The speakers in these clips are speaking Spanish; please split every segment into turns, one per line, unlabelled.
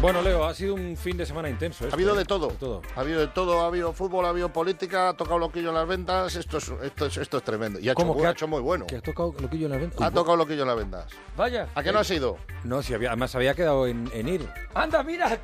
Bueno, Leo, ha sido un fin de semana intenso. ¿eh?
Ha habido de todo. Ha habido de todo, ha habido fútbol, ha habido política, ha tocado loquillo en las ventas, esto es, esto es, esto es tremendo. Y ha hecho,
¿Cómo
bu-
que
ha
ha-
hecho muy bueno.
Que ha tocado loquillo en la venta.
Ha tocado loquillo en las ventas.
Vaya.
¿A qué no has ido?
No, si había, además había quedado en, en ir.
Anda, mira.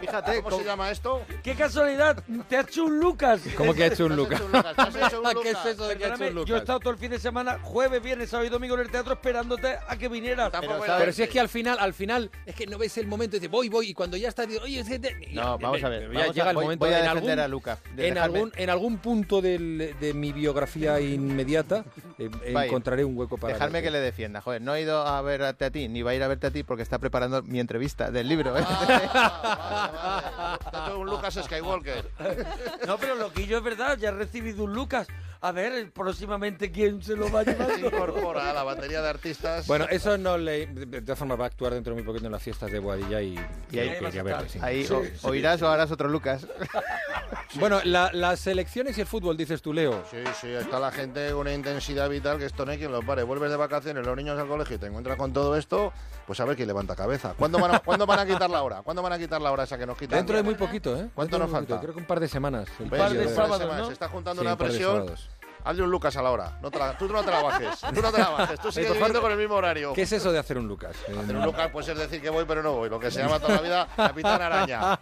Fíjate, ¿cómo se llama esto?
Qué casualidad. Te ha hecho un Lucas.
¿Cómo que ha hecho un
Te has
Lucas?
hecho un Lucas, te has hecho un
¿Qué es
Lucas.
eso de que ha hecho
Perdóname,
un
yo he
Lucas?
estado todo el fin de semana, jueves, viernes, sábado y domingo en el teatro esperándote a que vinieras.
Tampoco
Pero,
era
pero
este.
si es que al final, al final, es que no ves el momento, dices voy, voy, y cuando ya estás, digo, oye, es que te- y-
No, vamos a
Eh,
ver.
ya
vamos a-
llega el
Eh, voy-
momento
voy a
en
defender
algún-
a Luca. de
En
dejarme-
algún, en algún punto del- de mi biografía inmediata
em,
eh,
Vaya.
encontraré un hueco para...
Dejarme que
darte.
le defienda. Joder, no he ido a verte a ti, ni va a ir a verte a ti porque está preparando mi entrevista del libro. ¿eh?
Ah, vale, vale. Te ha hecho un Lucas Skywalker.
No, pero Loquillo es verdad, ya he recibido un Lucas. A ver, próximamente quién se lo va a
Se
llevar.
incorpora a la batería de artistas.
Bueno, eso no le... De de todas formas, va a actuar dentro de muy poquito en las fiestas de Boadilla y...
Y ahí
y
vas a
a verle,
estar.
sí.
Ahí o- oirás o harás otro Lucas.
Bueno, la- las elecciones y el fútbol, dices tú, Leo.
Sí, sí, está la gente con una intensidad vital que esto no hay quien los pare. Vuelves de vacaciones, los niños al colegio y te encuentras con todo esto, pues a ver quién levanta cabeza. ¿Cuándo van a, ¿cuándo van a quitar la hora? ¿Cuándo van a quitar la hora esa que nos quitan? Pues
Dentro de muy poquito, ¿eh? Dentro
¿Cuánto
de
nos
muy poquito,
falta?
Creo que un par de semanas. Un
¿Ves?
par de
Un
sábados,
semanas.
¿no?
Se está juntando
Sí,
una
un par de
presión.
sábados.
Hazle un Lucas a la hora. No te la- tú no te la bajes. Tú no te la bajes. Tú sigues
por favor.
viviendo con el mismo horario.
¿Qué es eso de hacer un Lucas?
Hacer un Lucas pues es decir que voy pero no voy. Lo que se llama toda la vida Capitán Araña.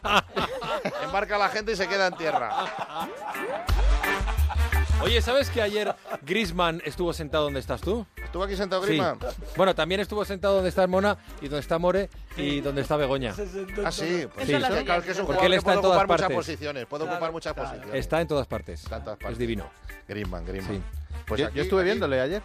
Embarca a la gente y se queda en tierra.
Oye, ¿sabes que ayer Grisman estuvo sentado donde estás tú?
¿Estuvo aquí sentado Grima?
Sí. Bueno, también estuvo sentado donde está Mona y donde está More y donde está Begoña.
Ah, sí. Pues
Sí.
es que, claro, es que es un
Porque
jugador
él
que
está en
puede ocupar
todas
muchas
partes.
posiciones. Puede ocupar muchas posiciones.
Está en todas partes.
Está en todas partes.
Es divino.
Grisman, Grisman.
Sí.
Pues
yo,
aquí-
yo estuve
aquí-
viéndole ayer.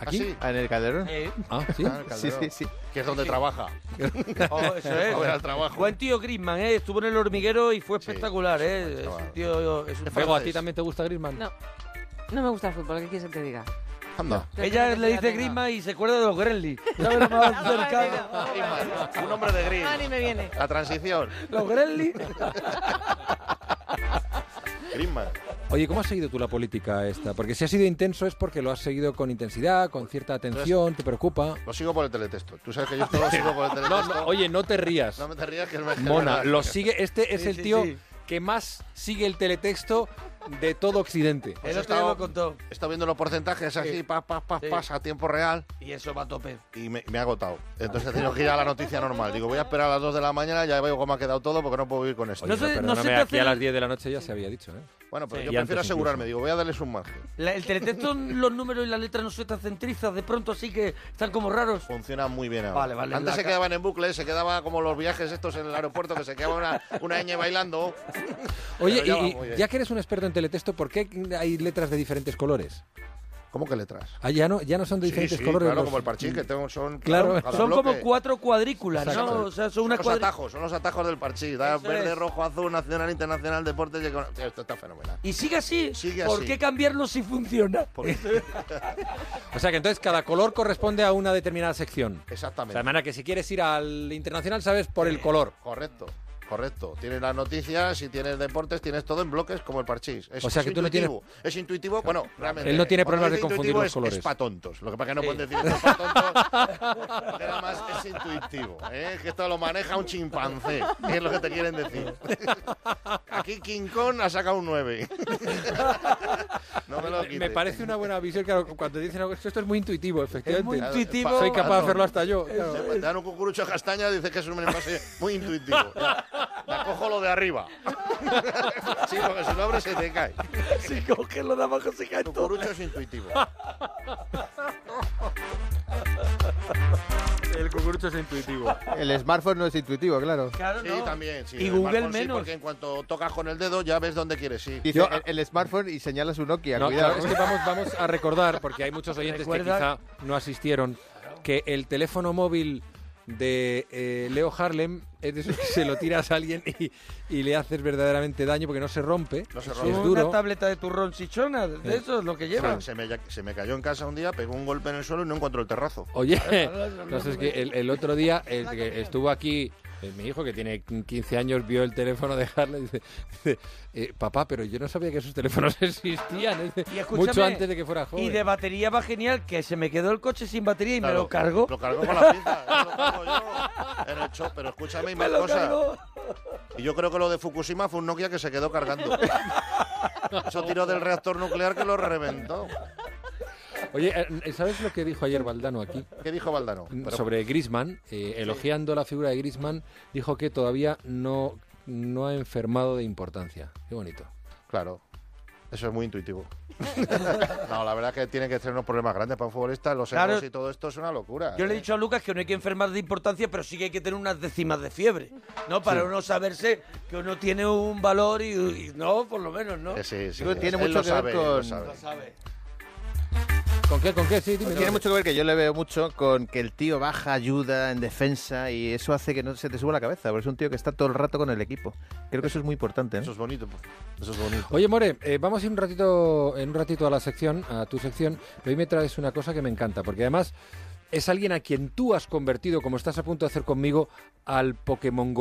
¿Aquí?
¿Ah, sí?
En el Calderón.
Eh,
Ah, sí.
Ah, en el
Sí,
Calderón,
sí, sí.
Que es donde trabaja.
oh, eso
A ver, al
es.
trabajo.
Buen tío Grisman, ¿eh? estuvo en el hormiguero y fue
Sí,
espectacular. ¿eh?
buen
Es
chaval.
un tío. es un-
Es
Bego, ¿a
francés.
ti también te gusta Grisman?
No, no me gusta el fútbol, ¿qué quieres que te diga?
Anda.
Ella le dice Grisman y se acuerda de los Gremlins. ¿Sabes lo más cercano?
Grisman, un hombre de gris.
Ah, ni me viene.
La transición.
Los Gremlins.
Grisman.
Oye, ¿cómo has seguido tú la política esta? Porque si ha sido intenso es porque lo has seguido con intensidad, con cierta atención, te preocupa.
Lo sigo por el teletexto. Tú sabes que yo todo lo sigo por el teletexto. No,
Oye, no te rías.
me te rías que es mejor.
Mona, lo sigue. Este es
Sí,
el
sí,
tío
sí.
que más sigue el teletexto de todo Occidente.
El
he
otro día
estado-
lo contó.
Está viendo los porcentajes así, pas, pas, pas,
Sí.
pas, a tiempo real.
Y eso va a tope.
Y me, me ha agotado. Entonces he tenido que ir a la noticia normal. Digo, voy a esperar a las 2 de la mañana, ya veo cómo ha quedado todo porque no puedo vivir con esto.
No sé-
pero
no sé qué
aquí a
hacer-
las 10 de la noche ya se había dicho, ¿eh?
bueno, pero
Sí.
yo
Y
prefiero
antes
asegurarme.
incluso.
Digo, voy a darles un margen.
La- el teletexto, los números y las letras no se centrizas de pronto, así que están como raros.
Funciona muy bien ahora.
Vale, vale,
Antes
la
se
ca-
quedaban en bucle, se quedaba como los viajes estos en el aeropuerto que se quedaba una, una ñ bailando.
Oye,
Pero
y,
ya va
y
muy bien.
ya que eres un experto en teletexto, ¿por qué hay letras de diferentes colores?
¿Cómo que letras?
Ah, ya no, ya no son de diferentes colores.
claro,
los-
como el parchís que tengo, son
Claro.
claro, cada
Son como
bloque.
cuatro cuadrículas,
Exacto.
¿no? O sea, son unas
los
cuadrículas.
atajos, son los atajos del parchís. da
Eso
verde,
es.
rojo, azul, nacional, internacional, deportes y economía. Tío, Esto está fenomenal.
Y sigue así.
Sigue
¿Por
así.
qué cambiarlo si funciona?
Porque-
O sea que entonces cada color corresponde a una determinada sección. O sea, de
Exactamente.
manera que si quieres ir al internacional sabes por el color.
Correcto, correcto. Tienes las noticias y tienes deportes, tienes todo en bloques como el parchís. Es,
O sea,
es
que tú no
intuitivo. Es intuitivo, bueno, realmente.
Él no tiene
cuando
problemas
dice
de confundir
intuitivo
los
es,
colores.
Es para tontos. Lo que pasa es que no pueden decir esto es pa' tontos. porque Nada más es intuitivo. ¿eh? Que esto lo maneja un chimpancé. que Es lo que te quieren decir. Aquí King Kong ha sacado un 9. no me lo
Me-
quites.
Me parece una buena visión, claro, cuando dicen algo, esto es muy intuitivo,
Es muy
efectivamente.
intuitivo.
pa-
Soy capaz de hacerlo hasta yo. claro.
Te dan un cucurucho de castaña, dices que es un envase muy intuitivo. Ya. La cojo lo de arriba. Sí, porque si lo abres se te cae.
Si coges lo de abajo se cae
Tu
todo.
cucurucho es intuitivo.
El cucurucho es intuitivo.
El smartphone no es intuitivo, claro.
Claro,
Sí,
¿no?
también. Sí,
Y
el
Google
smartphone sí,
menos.
porque en cuanto tocas con el dedo ya ves dónde quieres ir.
Dice
Yo-
el, el smartphone y señala su Nokia.
No,
cuidado.
claro, es que vamos, vamos a recordar, porque hay muchos oyentes que
Recuerda-
quizá no asistieron, que el teléfono móvil de eh, Leo Harlem es de esos que se lo tiras a alguien y, y le haces verdaderamente daño porque no se rompe.
No se
es
rompe.
Una
duro.
tableta de turrón chichona, de eso es lo que lleva.
Se me, se me cayó en casa un día, pegó un golpe en el suelo y no encontró el terrazo.
Oye, entonces que el, el otro día el que estuvo aquí Eh, Mi hijo, que tiene 15 años, vio el teléfono de Harlem y dice, dice, eh, papá, pero yo no sabía que esos teléfonos existían. Dice,
Y escúchame,
mucho antes de que fuera joven.
Y de batería va genial, que se me quedó el coche sin batería y me
Claro,
lo cargo.
Lo cargo con la pinza. eso lo cargo yo en el shop, pero escúchame y
me
más
lo
cosas.
cargo.
Y yo creo que lo de Fukushima fue un Nokia que se quedó cargando. Eso tiró del reactor nuclear que lo reventó.
Oye, eh, ¿sabes lo que dijo ayer Valdano aquí?
¿Qué dijo Valdano? Pero-
Mm, sobre Grisman, eh, elogiando la figura de Grisman, dijo que todavía no, no ha enfermado de importancia. Qué bonito.
Claro. Eso es muy intuitivo. no, la verdad es que tiene que ser unos problemas grandes para un futbolista. Los
Claro.
egos y todo esto es una locura.
Yo le he
¿eh?
dicho a Lucas que no hay que enfermar de importancia, pero sí que hay que tener unas décimas de fiebre, ¿no? Para uno saberse que uno tiene un valor y, y no, por lo menos, ¿no.
Que sí, sí.
Tú, tiene
Él
mucho
lo
que ver
sabe, él lo
con-
sabe.
Lo sabe.
¿Con qué? ¿Con qué? Sí, dime.
Tiene mucho que ver que yo le veo mucho con que el tío baja, ayuda en defensa y eso hace que no se te suba la cabeza, porque es un tío que está todo el rato con el equipo. Creo que eso es muy importante. ¿eh?
Eso es bonito. pues. Eso es bonito.
Oye, More, eh, vamos a ir un ratito, en un ratito a la sección, a tu sección, pero hoy me traes una cosa que me encanta, porque además es alguien a quien tú has convertido, como estás a punto de hacer conmigo, al Pokémon